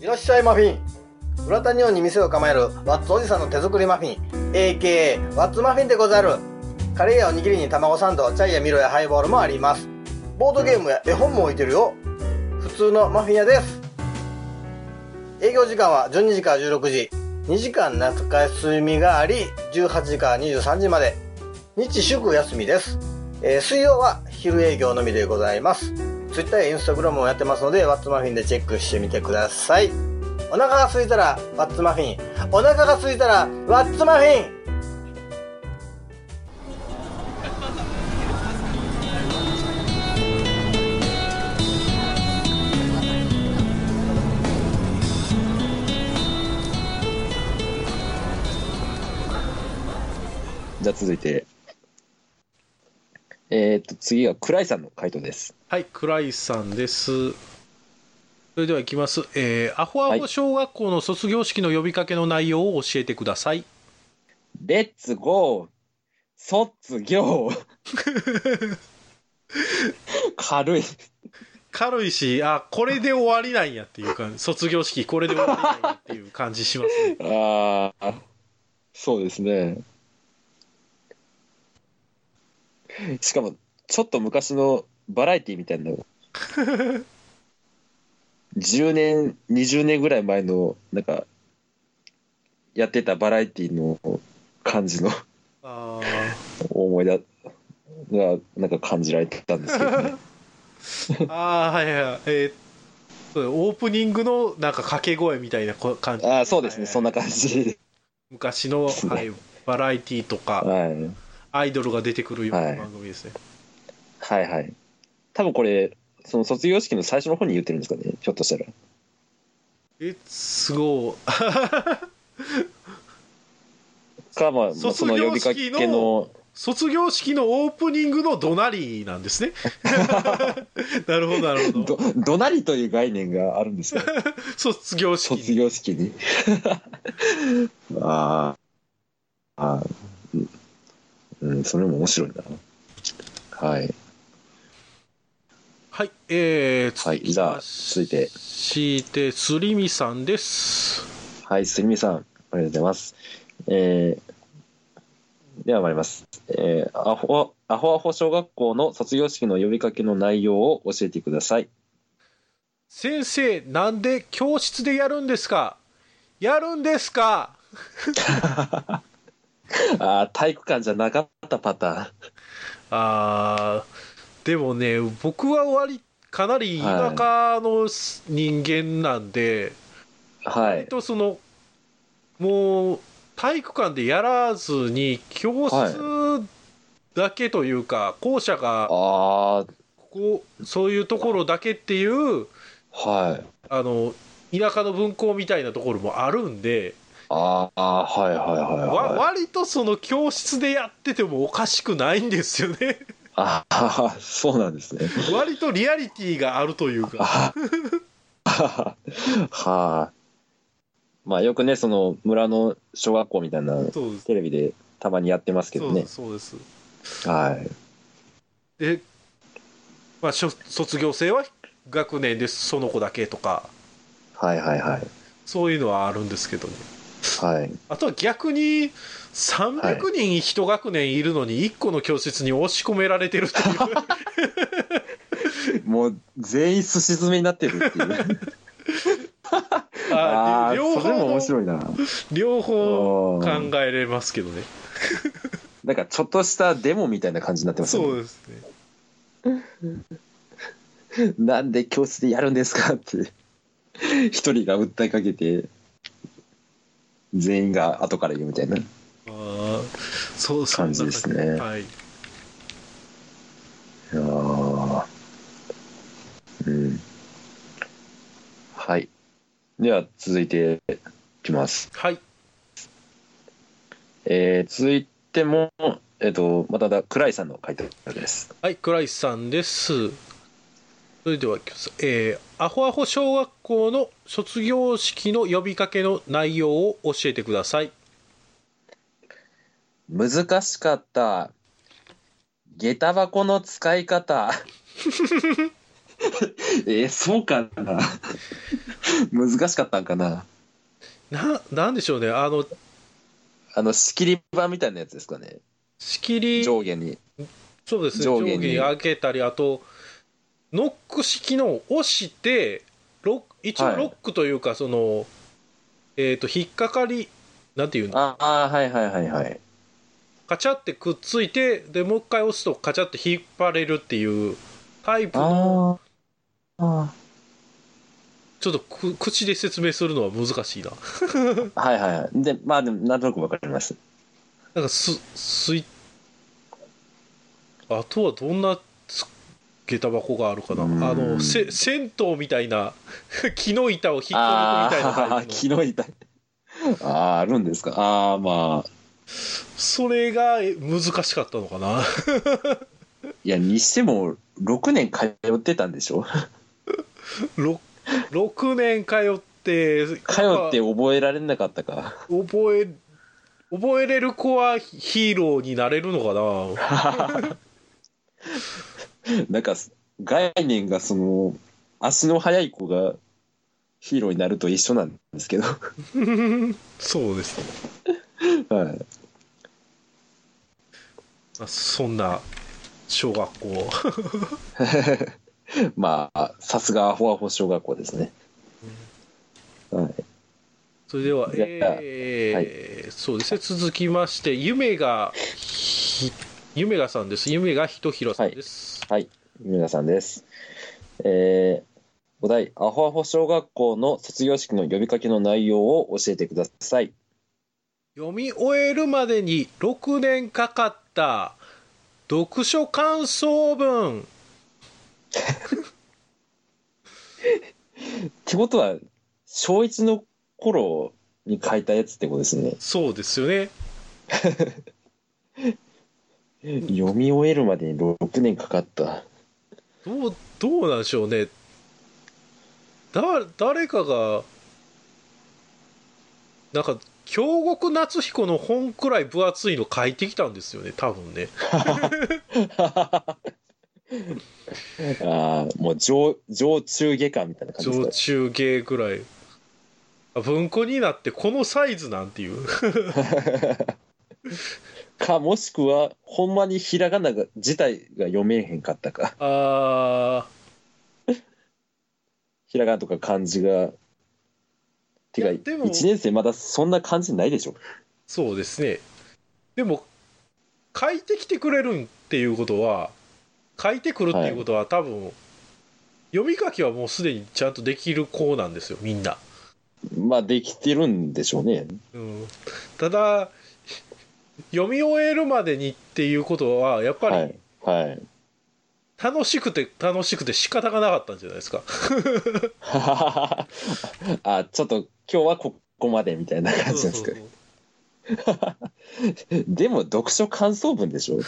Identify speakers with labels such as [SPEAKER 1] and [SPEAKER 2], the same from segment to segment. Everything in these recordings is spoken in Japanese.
[SPEAKER 1] いらっしゃいマフィン浦田日本に店を構えるワッツおじさんの手作りマフィン AKA ワッツマフィンでござるカレーやおにぎりに卵サンドチャイやミロやハイボールもありますボードゲームや絵本も置いてるよ普通のマフィン屋です営業時間は12時から16時2時間夏休みがあり18時から23時まで日祝休みです、えー水曜は昼営業のみでございます Twitter や Instagram もやってますのでワッツマフィンでチェックしてみてくださいお腹が空いたらワッツマフィンお腹が空いたらワッツマフィン
[SPEAKER 2] じゃあ続いて、えーっと、次は倉井さんの回答です。
[SPEAKER 3] はい、倉井さんです。それでは行きます。えー、アホアホ小学校の卒業式の呼びかけの内容を教えてください。
[SPEAKER 2] レッツゴー卒業軽い。
[SPEAKER 3] 軽いし、あ、これで終わりなんやっていう感じ、卒業式これで終わりなんやっていう感じします ね。
[SPEAKER 2] ああ、そうですね。しかも、ちょっと昔のバラエティみたいなの。10年、20年ぐらい前の、なんか、やってたバラエティの感じの
[SPEAKER 3] あ
[SPEAKER 2] 思い出が、なんか感じられてたんですけどね。
[SPEAKER 3] ーあー、はいはい。えーそうオープニングのなんか掛け声みたいなこ感じ
[SPEAKER 2] ああ、そうですね、
[SPEAKER 3] はい
[SPEAKER 2] そんな感じ。
[SPEAKER 3] 昔の、
[SPEAKER 2] す
[SPEAKER 3] は
[SPEAKER 2] ごい
[SPEAKER 3] い、バラエティとか
[SPEAKER 2] はい。
[SPEAKER 3] アイドルが出てくるよう
[SPEAKER 2] は
[SPEAKER 3] ない番組ですね、
[SPEAKER 2] はいはい。多分これ、その卒業式の最初の方に言ってるんですかね、ひょっとしたら。
[SPEAKER 3] えすごい
[SPEAKER 2] か、まあ、まあそ
[SPEAKER 3] 卒
[SPEAKER 2] の
[SPEAKER 3] 業式の
[SPEAKER 2] 呼びかけの、
[SPEAKER 3] 卒業式のオープニングの怒鳴りなんです ねなるほどなるほど
[SPEAKER 2] ど、どなりという概念があるん ですよ。
[SPEAKER 3] 卒業式
[SPEAKER 2] 卒業式 に。ああ、ああ、うんうん、それも面白いな。はい。
[SPEAKER 3] はいえー、
[SPEAKER 2] はいじゃあ続いて
[SPEAKER 3] 続いてすりみさんです
[SPEAKER 2] はい、すみみさん、ありがとうございます。えーでは参ります。えーアホ、アホアホ小学校の卒業式の呼びかけの内容を教えてください。
[SPEAKER 3] 先生なんで教室でやるんですかやるんですか
[SPEAKER 2] ああ、体育館じゃなかったパターン。
[SPEAKER 3] あーでもね僕は割かなり田舎のす人間なんで、
[SPEAKER 2] はい
[SPEAKER 3] 割。とそのもう体育館でやらずに教室だけというか、校舎が
[SPEAKER 2] あ
[SPEAKER 3] ここそういうところだけってい
[SPEAKER 2] あ、
[SPEAKER 3] う
[SPEAKER 2] はい。
[SPEAKER 3] あの田舎の分校みたいなところもあるんで、
[SPEAKER 2] ああ、はいはいはい、
[SPEAKER 3] わ
[SPEAKER 2] はい。
[SPEAKER 3] 割とその教室でやっててもおかしくないんですよ ね
[SPEAKER 2] ああ、そうなんですね。
[SPEAKER 3] 割とリアリティがあるというか
[SPEAKER 2] ああはあ。まあよくね、その村の小学校みたいな
[SPEAKER 3] そうです
[SPEAKER 2] テレビでたまにやってますけ
[SPEAKER 3] そ
[SPEAKER 2] ど
[SPEAKER 3] うで
[SPEAKER 2] ね
[SPEAKER 3] す。そうです
[SPEAKER 2] はい。
[SPEAKER 3] で、まあ、しょ卒業生は学年でその子だけとか
[SPEAKER 2] はいはいはい。
[SPEAKER 3] そういうのはあるんですけどね
[SPEAKER 2] はい。
[SPEAKER 3] あとは逆に300人一学年いるのに1個の教室に押し込められてるっていう、
[SPEAKER 2] もう全員すし詰めになってるって いう。
[SPEAKER 3] あ
[SPEAKER 2] ああ、
[SPEAKER 3] 両
[SPEAKER 2] そ
[SPEAKER 3] 方
[SPEAKER 2] れも面
[SPEAKER 3] の
[SPEAKER 2] 白いな。
[SPEAKER 3] 両方
[SPEAKER 2] お
[SPEAKER 3] 考
[SPEAKER 2] ー
[SPEAKER 3] えれますけどね
[SPEAKER 2] なんかちょっとしたデモみたいな感じになってますよね
[SPEAKER 3] そうですね
[SPEAKER 2] なんで教室でやるんですかって一人が訴えかけて全員が後から言うみたいな
[SPEAKER 3] あーそうそんな
[SPEAKER 2] 感じですね
[SPEAKER 3] はい、
[SPEAKER 2] あーうんはいでは続いていきます
[SPEAKER 3] はい、
[SPEAKER 2] えー続いてもえっ、とまただ倉井さんの回答です
[SPEAKER 3] はい、倉石さんですそれではいきますえー、アホアホ小学校の卒業式の呼びかけの内容を教えてください
[SPEAKER 2] 難しかった下駄箱の使 い方えーそうかな難しかったんかな
[SPEAKER 3] ななんでしょうねあの
[SPEAKER 2] あの仕切り板みたいなやつですかね
[SPEAKER 3] 仕切り
[SPEAKER 2] 上下に
[SPEAKER 3] そうですね上
[SPEAKER 2] 上
[SPEAKER 3] 下
[SPEAKER 2] 下に
[SPEAKER 3] に開けたりあとノック式のを押してロック一
[SPEAKER 2] は
[SPEAKER 3] 応
[SPEAKER 2] い
[SPEAKER 3] ロックというかその、えっ、と引っかかりなんていうの
[SPEAKER 2] ああはいはいはいはい
[SPEAKER 3] カチャってくっついてでもう一回押すとカチャって引っ張れるっていうタイプの
[SPEAKER 2] あーあ
[SPEAKER 3] ちょっとく口で説明するのは難しいな
[SPEAKER 2] ーはいはいはいでまあでもなんとなくわかります
[SPEAKER 3] なんかすすいあとはどんなつ下駄箱があるかな
[SPEAKER 2] うーん
[SPEAKER 3] あのせ銭湯みたいな 木の板を引っこ抜
[SPEAKER 2] あ
[SPEAKER 3] くみたいな
[SPEAKER 2] あ
[SPEAKER 3] タ
[SPEAKER 2] ー
[SPEAKER 3] イプの
[SPEAKER 2] 木の板ああーあるんですかああまあ
[SPEAKER 3] それがえ難しかったのかな
[SPEAKER 2] いやにしても6年通ってたんでしょ
[SPEAKER 3] ろ6年通って通
[SPEAKER 2] 通って覚えられなかったか
[SPEAKER 3] 覚え覚えれる子はヒーローになれるのかな
[SPEAKER 2] なんか概念がその足の速い子がヒーローになると一緒なんですけど、
[SPEAKER 3] そうですね、
[SPEAKER 2] はい、
[SPEAKER 3] まあそんな小学校
[SPEAKER 2] まあさすがアホアホ小学校ですね、はい、
[SPEAKER 3] それでは、
[SPEAKER 2] いや
[SPEAKER 3] えーそうですね、続きまして、夢がひ、夢がさんです。夢がひとひろさんです。
[SPEAKER 2] はい、皆さんです。えーお題、アホアホ小学校の卒業式の呼びかけの内容を教えてください。
[SPEAKER 3] 読み終えるまでに6年かかった読書感想文。
[SPEAKER 2] ってことは、小一の頃に書いたやつってことですね。
[SPEAKER 3] そうですよね。
[SPEAKER 2] 読み終えるまでに6年かかった。
[SPEAKER 3] どう、どうなんでしょうね。だ、誰かが、なんか、京極夏彦の本くらい分厚いの書いてきたんですよね、多分ね。
[SPEAKER 2] ああ、もう上、上中下巻みたいな感じ
[SPEAKER 3] 上
[SPEAKER 2] です
[SPEAKER 3] 中下ぐらいあ文庫になってこのサイズなんていう
[SPEAKER 2] か。か、もしくは、ほんまにひらがなが自体が読めへんかったか。
[SPEAKER 3] あ
[SPEAKER 2] ひらがなとか漢字が。てか、
[SPEAKER 3] いやでも
[SPEAKER 2] 1年生まだそんな漢字ないでしょ。
[SPEAKER 3] ーそうですねでも書いてきてくれるっていうことは書いてくるっていうことは多分、読み書きはもうすでにちゃんとできる子なんですよみんな、
[SPEAKER 2] まあできてるんでしょうね。
[SPEAKER 3] うん、ただ読み終えるまでにっていうことはやっぱ
[SPEAKER 2] は
[SPEAKER 3] り
[SPEAKER 2] い。はい。
[SPEAKER 3] 楽しくて楽しくて仕方がなかったんじゃないですか、
[SPEAKER 2] あ、ちょっと今日はここまでみたいな感じ
[SPEAKER 3] そ
[SPEAKER 2] な
[SPEAKER 3] うん
[SPEAKER 2] です
[SPEAKER 3] そう
[SPEAKER 2] け
[SPEAKER 3] そ
[SPEAKER 2] ど。
[SPEAKER 3] う
[SPEAKER 2] でも読書感想文でしょ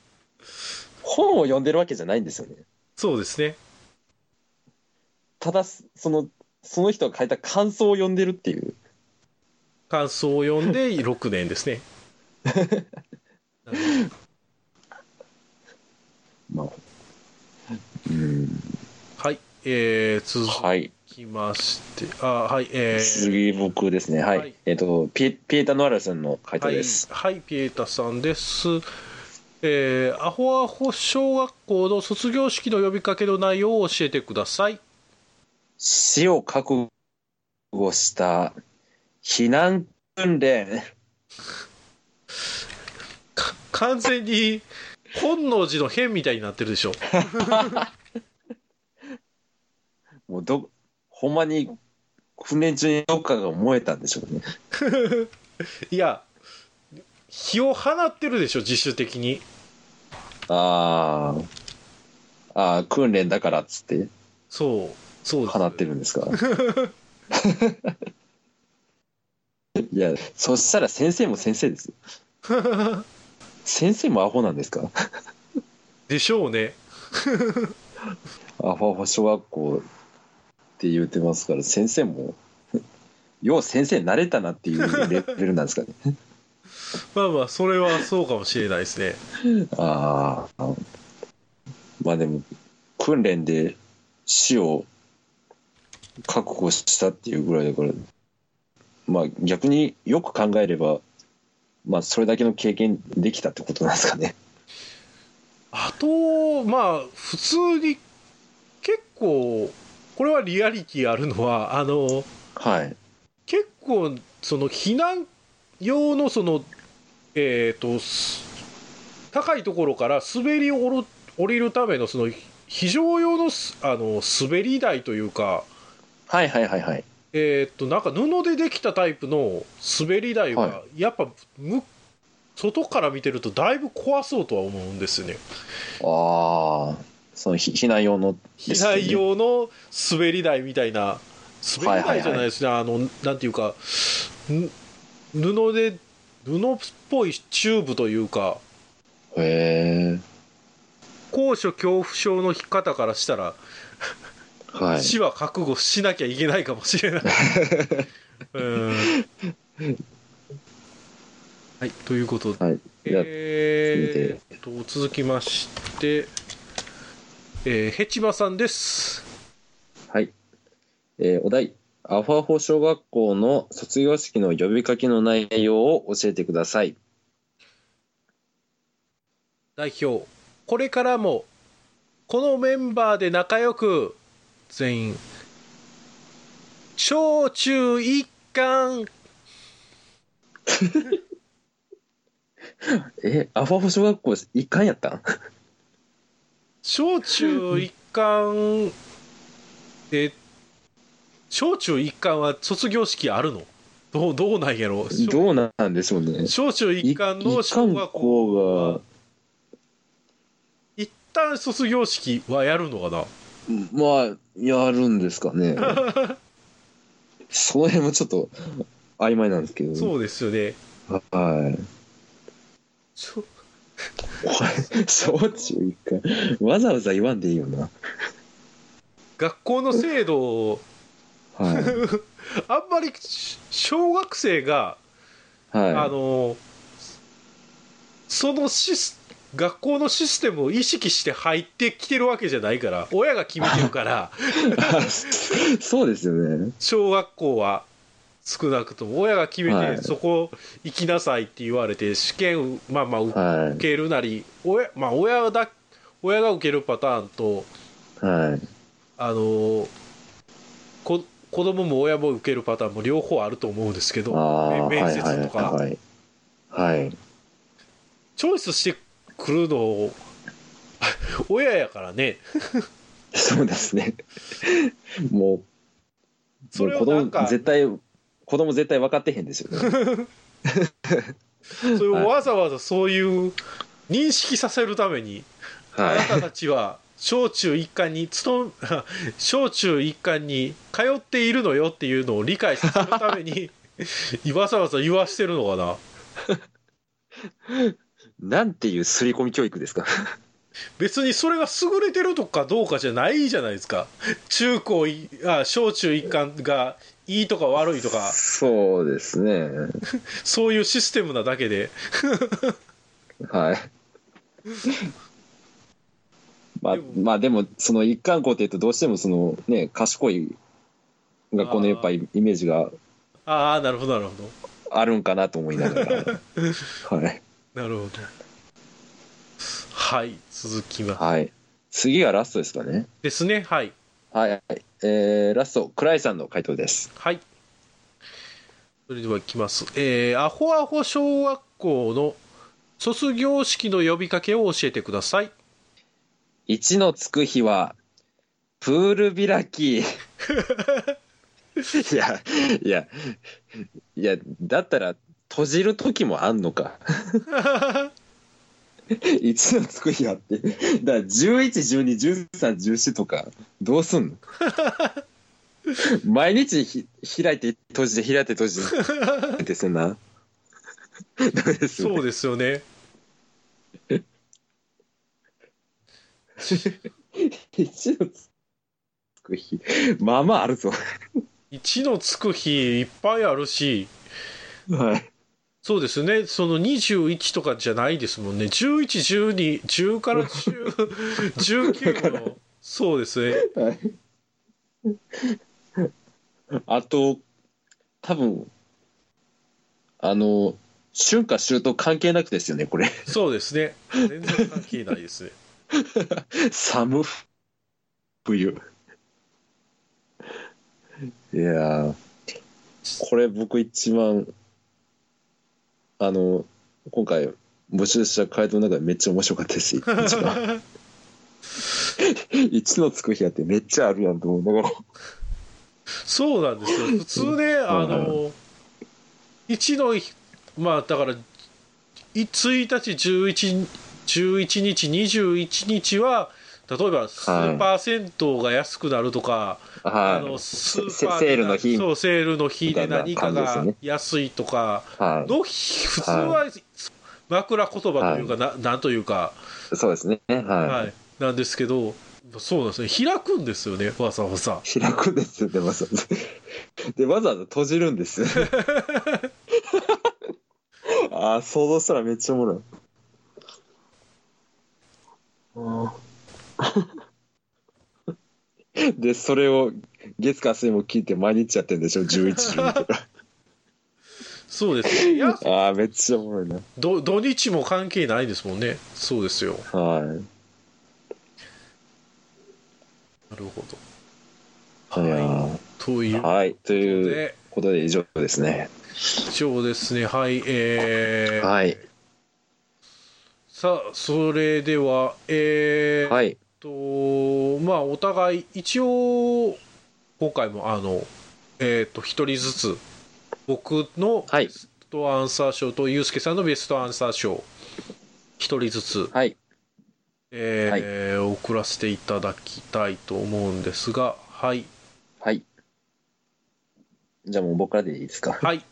[SPEAKER 2] 本を読んでるわけじゃないんですよね。
[SPEAKER 3] そうですね
[SPEAKER 2] ただ、その、その人が書いた感想を読んでるっていう。
[SPEAKER 3] 感想を読んで6年 ですねなんか
[SPEAKER 2] まあ、うん。
[SPEAKER 3] はいえー、続
[SPEAKER 2] はい。
[SPEAKER 3] きまして、あはいえー
[SPEAKER 2] 次僕ですね。はい。
[SPEAKER 3] はい
[SPEAKER 2] えっ、とピエ、ピエタ・ノアラさんの回答
[SPEAKER 3] はい
[SPEAKER 2] です。
[SPEAKER 3] はいピエタさんですえー、アホアホ小学校の卒業式の呼びかけの内容を教えてください
[SPEAKER 2] 死を覚悟した避難訓練。
[SPEAKER 3] か完全に本能寺の変みたいになってるでしょ
[SPEAKER 2] もうど、ほんまに訓練中にどっかが燃えたんでしょうね。
[SPEAKER 3] いや火を放ってるでしょ自主的に
[SPEAKER 2] ああ、ああ、訓練だからっつって
[SPEAKER 3] そうそうです
[SPEAKER 2] 放ってるんですか。いや、そしたら先生も先生です。先生もアホなんですか
[SPEAKER 3] でしょうね
[SPEAKER 2] アホアホ小学校って言ってますから、先生も、 よう先生慣れたなっていうレベルなんですかね。
[SPEAKER 3] まあまあそれはそうかもしれないですね
[SPEAKER 2] ああ、まあでも、訓練で死を確保したっていうぐらいだからまあ逆によく考えればまあそれだけの経験できたってことなんですかね。
[SPEAKER 3] あとまあ普通に結構これはリアリティあるのはあの
[SPEAKER 2] はい
[SPEAKER 3] 結構その避難用のそのえっ、とす高いところから滑り降ろ降りるためのその非常用のすあの滑り台というか
[SPEAKER 2] はいはいはいはい。
[SPEAKER 3] えっ、となんか布でできたタイプの滑り台は
[SPEAKER 2] は
[SPEAKER 3] やっぱむ外から見てるとだいぶ怖そうとは思うんですよね。
[SPEAKER 2] ああそのひ避難用ので
[SPEAKER 3] 機
[SPEAKER 2] すよね
[SPEAKER 3] 内用の滑り台みたいな滑り台じゃないですね、あのなんていうかぬ布で布っぽいチューブというか
[SPEAKER 2] へえ
[SPEAKER 3] 高所恐怖症の引き方からしたら、
[SPEAKER 2] はい。
[SPEAKER 3] 死は覚悟しなきゃいけないかもしれない うんはいということで
[SPEAKER 2] はい。じゃあ
[SPEAKER 3] えーっと続きまして、えー、ヘチマさんです
[SPEAKER 2] はい。えーお題。アファホ小学校の卒業式の呼びかけの内容を教えてください。
[SPEAKER 3] 代表これからもこのメンバーで仲良く全員小中一貫
[SPEAKER 2] え、アファホ小学校一貫やったん
[SPEAKER 3] 小中一貫え小中一貫は卒業式あるのどうどうなんやろ
[SPEAKER 2] どうなんでしょうね。
[SPEAKER 3] 小中一貫の
[SPEAKER 2] 一貫
[SPEAKER 3] 小学校
[SPEAKER 2] 校が、
[SPEAKER 3] 一旦卒業式はやるのかな
[SPEAKER 2] まあ、やるんですかね。その辺もちょっと曖昧なんですけど、
[SPEAKER 3] そうですよね
[SPEAKER 2] はい。
[SPEAKER 3] 小
[SPEAKER 2] 小中一貫。わざわざ言わんでいいよな。
[SPEAKER 3] 学校の制度を
[SPEAKER 2] はい。
[SPEAKER 3] あんまりし小学生があ
[SPEAKER 2] は
[SPEAKER 3] のそのシス学校のシステムを意識して入ってきてるわけじゃないから親が決めてるから
[SPEAKER 2] い。 そうですよね。
[SPEAKER 3] 小学校は少なくとも親が決めて、
[SPEAKER 2] はい
[SPEAKER 3] そこ行きなさいって言われて試験まあまあ受
[SPEAKER 2] は
[SPEAKER 3] けるなり親,、まあ、親だ親が受けるパターンと
[SPEAKER 2] い。はい。
[SPEAKER 3] あのこ子供も親も受けるパターンも両方あると思うんですけど
[SPEAKER 2] ああ、
[SPEAKER 3] 面接とか。
[SPEAKER 2] はいはい、はい。
[SPEAKER 3] チョイスしてくるのを 親やからね
[SPEAKER 2] そうですね。 もう、
[SPEAKER 3] それ
[SPEAKER 2] もう
[SPEAKER 3] を
[SPEAKER 2] 子
[SPEAKER 3] なん
[SPEAKER 2] 供
[SPEAKER 3] か
[SPEAKER 2] 絶対、子供絶対分かってへんですよ ね。
[SPEAKER 3] それをわざわざそういう認識させるために、
[SPEAKER 2] は
[SPEAKER 3] あなた
[SPEAKER 2] い。
[SPEAKER 3] たちは小中一貫に勤め 小中一貫に通っているのよっていうのを理解させるた めにわざわざ言わしてるのかな
[SPEAKER 2] なんていう刷り込み教育ですか。
[SPEAKER 3] 別にそれが優れてるとかどうかじゃないじゃないですか中高いあ小中一貫がいいとか悪いとか
[SPEAKER 2] そうですね。
[SPEAKER 3] そういうシステムなだけで
[SPEAKER 2] はい。まあ、まあでも、その一貫校っていうと、どうしてもそのね、賢い学校のやっぱりイメージが
[SPEAKER 3] ああなるほどなるほど
[SPEAKER 2] あるんかなと思いなが ら。はい。
[SPEAKER 3] なるほど。はい、続きま
[SPEAKER 2] はい。次がラストですかね。
[SPEAKER 3] す。ですね、はい。
[SPEAKER 2] はい、はいえー、ラスト、クライさんの回答です。
[SPEAKER 3] はい。それではいきます。えー、アホアホ小学校の卒業式の呼びかけを教えてください。
[SPEAKER 2] 1のつく日は、プール開き。 いや、いや、いや、だったら、閉じる時もあんのか。1のつく日はって、だから11、12、13、14とか、どうすんの毎日ひ開いて閉じて開いて閉じてってそんな ダメですよね
[SPEAKER 3] そうですよね。
[SPEAKER 2] 一のつく日まあまああるぞ
[SPEAKER 3] 1のつく日いっぱいあるし、
[SPEAKER 2] はい
[SPEAKER 3] そうですね、その21とかじゃないですもんね。11、12、10から10 19の、そうですね。
[SPEAKER 2] はいあと、多分、あの、春夏秋冬関係なくですよね、これ。
[SPEAKER 3] そうですね全然関係ないですね
[SPEAKER 2] 寒冬。いやー、これ僕一番、あの、今回募集した回答の中でめっちゃ面白かったです、一番。 一のつく日やってめっちゃあるやんと思う。だから、
[SPEAKER 3] そうな んですよ普通ねあの1の日まあだからい1日11 11日21日は例えばスーパー銭湯が安くなるとか、
[SPEAKER 2] はい。
[SPEAKER 3] あのスー
[SPEAKER 2] セ
[SPEAKER 3] パーで
[SPEAKER 2] セールの日
[SPEAKER 3] そうセールの日で何か
[SPEAKER 2] みたいな感じですよ
[SPEAKER 3] が
[SPEAKER 2] ね
[SPEAKER 3] 安いとか
[SPEAKER 2] は
[SPEAKER 3] の日普通は枕言葉というか、ななんというか、
[SPEAKER 2] い。そうですね。は
[SPEAKER 3] はい、なんですけどそうなんですね開くんですよねわざわざ
[SPEAKER 2] い。開くんですよでわざわざ。 で、わざわざ閉じるんですよ。ああ、想像したらめっちゃおもろい。あーで、それを月火水も聞いて毎日やってんでしょ、11時から
[SPEAKER 3] そうですねいや
[SPEAKER 2] ああ、めっちゃおもろいな。
[SPEAKER 3] ど土日も関係ないですもんねそうですよ
[SPEAKER 2] はい。
[SPEAKER 3] なるほど
[SPEAKER 2] いや
[SPEAKER 3] は
[SPEAKER 2] ー
[SPEAKER 3] いというこ
[SPEAKER 2] はい、と
[SPEAKER 3] と
[SPEAKER 2] いう
[SPEAKER 3] で
[SPEAKER 2] ことで以上ですね。
[SPEAKER 3] 以上ですねはいえー
[SPEAKER 2] はい、
[SPEAKER 3] さあそれではえー
[SPEAKER 2] はい、
[SPEAKER 3] とまあお互い一応今回もあのえっ、と一人ずつ僕の
[SPEAKER 2] はい
[SPEAKER 3] ベストアンサー賞とユうスケさんのベストアンサー賞一人ずつ、
[SPEAKER 2] はい、
[SPEAKER 3] えー送らせていただきたいと思うんですがはい
[SPEAKER 2] はい。じゃあもう僕からでいいですか。
[SPEAKER 3] はい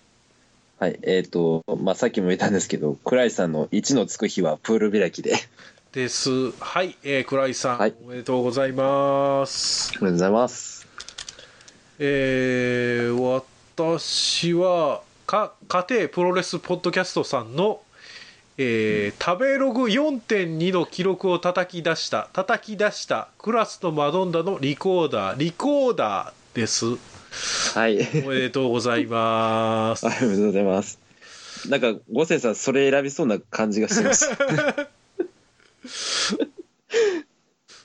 [SPEAKER 2] はい、えっ、と、まあ、さっきも言ったんですけど、倉石さんの1のつく日はプール開きで。
[SPEAKER 3] ですはい、えー、倉井さん、
[SPEAKER 2] はい
[SPEAKER 3] おめでとうございます
[SPEAKER 2] おめでとうございます。
[SPEAKER 3] えー私はか家庭プロレスポッドキャストさんの、えー食べログ4.2の記録を叩き出した叩き出したクラスとマドンナのリコーダーリコーダーですお
[SPEAKER 2] はい、 あり
[SPEAKER 3] めでとうございます
[SPEAKER 2] がとうございます。なんか、五千さん、それ選びそうな感じがしま した。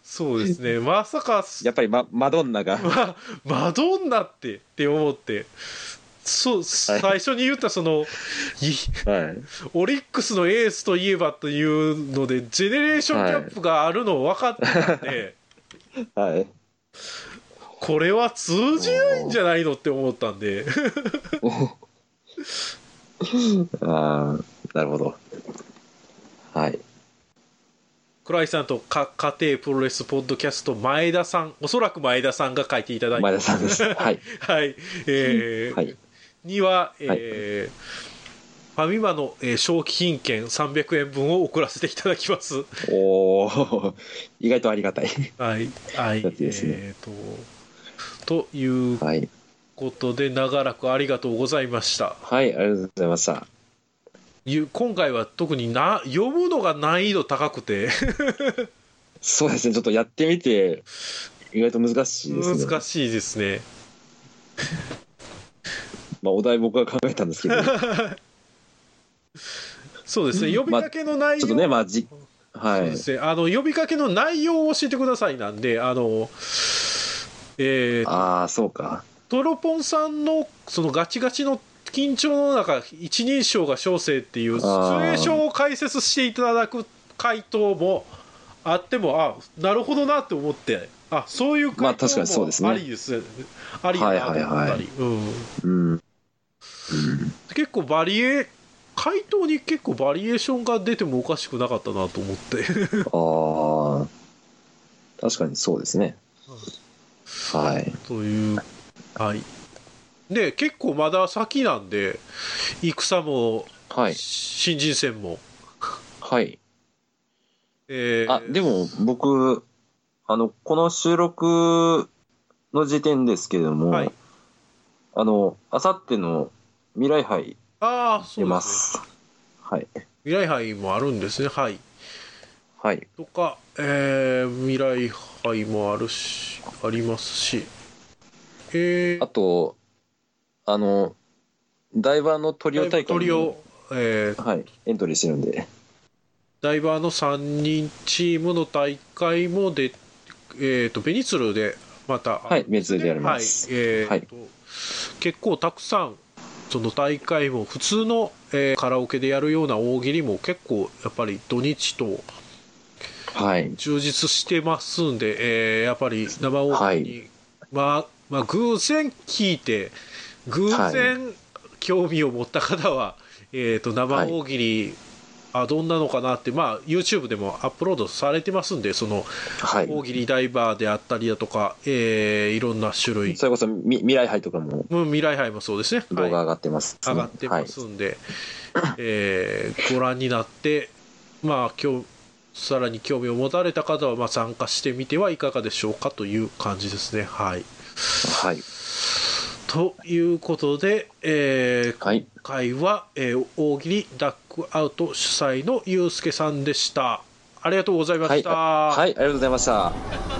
[SPEAKER 3] そうですねまさか
[SPEAKER 2] やっぱり、ま、マドンナが。
[SPEAKER 3] ま、 マドンナってって思ってそう最初に言ったその、い
[SPEAKER 2] はい。
[SPEAKER 3] オリックスのエースといえばというのでジェネレーションギャップがあるのを分かってたんで、
[SPEAKER 2] はい。
[SPEAKER 3] これは通じないんじゃないのって思った んで
[SPEAKER 2] ああ、なるほど。はい。
[SPEAKER 3] 倉井さんとか家庭プロレスポッドキャスト前田さんおそらく前田さんが書いていただいて
[SPEAKER 2] 前田さんです。はい。
[SPEAKER 3] はいえー
[SPEAKER 2] はい。
[SPEAKER 3] には、えーファミマの、えー賞金券300円分を送らせていただきます。
[SPEAKER 2] おお、意外とありがたい。
[SPEAKER 3] はい、はい、
[SPEAKER 2] だってですね
[SPEAKER 3] えーと、という
[SPEAKER 2] はい。
[SPEAKER 3] ことで、長らくありがとうございました。
[SPEAKER 2] はい、ありがとうございました。
[SPEAKER 3] いう今回は特にな読むのが難易度高くて
[SPEAKER 2] そうですね、ちょっとやってみて、意外と難しいですね。
[SPEAKER 3] 難しいですね。
[SPEAKER 2] まあ、お題僕が考えたん ですけど、ち
[SPEAKER 3] そうですね、呼びかけの内
[SPEAKER 2] ょっ
[SPEAKER 3] 容、
[SPEAKER 2] とね、まあ、じ、は
[SPEAKER 3] そう
[SPEAKER 2] い
[SPEAKER 3] で。すねあの呼びかけの内容を教えてくださいなんで、あのえー
[SPEAKER 2] ああ、そうか。
[SPEAKER 3] トロポンさんのそのガチガチの緊張の中、一人称が小生っていうシチュエーションを解説していただく回答もあっても、あなるほどなって思って、あそういう
[SPEAKER 2] ま
[SPEAKER 3] 回
[SPEAKER 2] あ確かにそうです
[SPEAKER 3] 答
[SPEAKER 2] ね
[SPEAKER 3] もありです、ありだなと思ったり。
[SPEAKER 2] はいはいはい
[SPEAKER 3] うん
[SPEAKER 2] うん。うん、
[SPEAKER 3] 結構バリエ回答に結構バリエーションが出てもおかしくなかったなと思って
[SPEAKER 2] あ あ、確かにそうですね。はい。
[SPEAKER 3] というはいで結構まだ先なんで戦も
[SPEAKER 2] はい。
[SPEAKER 3] 新人戦も、
[SPEAKER 2] はい。
[SPEAKER 3] えー
[SPEAKER 2] あ、でも、僕、あの、この収録の時点ですけれども、
[SPEAKER 3] はい
[SPEAKER 2] あの、あさっての未来杯
[SPEAKER 3] ああそ
[SPEAKER 2] 出
[SPEAKER 3] うで、
[SPEAKER 2] ます
[SPEAKER 3] ね、
[SPEAKER 2] す。はい。
[SPEAKER 3] 未来杯もあるんですねはい
[SPEAKER 2] はい。
[SPEAKER 3] とか、えー、未来杯もあるしありますしえー
[SPEAKER 2] あと、あの、ダイバーのトリオ大会
[SPEAKER 3] 鳥を、えー
[SPEAKER 2] はい、エントリーしてるんで、
[SPEAKER 3] ダイバーの3人チームの大会もで、えー、とベニツルでまた、
[SPEAKER 2] はい、メンツでやります。
[SPEAKER 3] はいえーと結構たくさんその大会も普通の、えーカラオケでやるような大喜利も結構やっぱり土日と
[SPEAKER 2] はい、
[SPEAKER 3] 充実してますんで、えーやっぱり生大喜利に、まあまあ偶然聞いて偶然興味を持った方は、えー、と生大喜利、あどんなのかなって、まあ、YouTube でもアップロードされてますんでその
[SPEAKER 2] はい。
[SPEAKER 3] 大喜利ダイバーであったりだとか、えーいろんな種類
[SPEAKER 2] それこそみ未来杯とかも
[SPEAKER 3] もう未来杯もそうですね、
[SPEAKER 2] 動
[SPEAKER 3] はい
[SPEAKER 2] 画上がってます、
[SPEAKER 3] 上がってますんで、えーご覧になって、まあ、今日さらに興味を持たれた方は、まあ、参加してみてはいかがでしょうかという感じですね。は
[SPEAKER 2] は
[SPEAKER 3] い、
[SPEAKER 2] い。はい。
[SPEAKER 3] ということで、えー
[SPEAKER 2] はい。
[SPEAKER 3] 今回は、えー大喜利ダックアウト主催のゆうすけさんでした。ありがとうございま
[SPEAKER 2] は
[SPEAKER 3] し
[SPEAKER 2] い。
[SPEAKER 3] た。
[SPEAKER 2] はい、ありがとうございました。
[SPEAKER 3] はい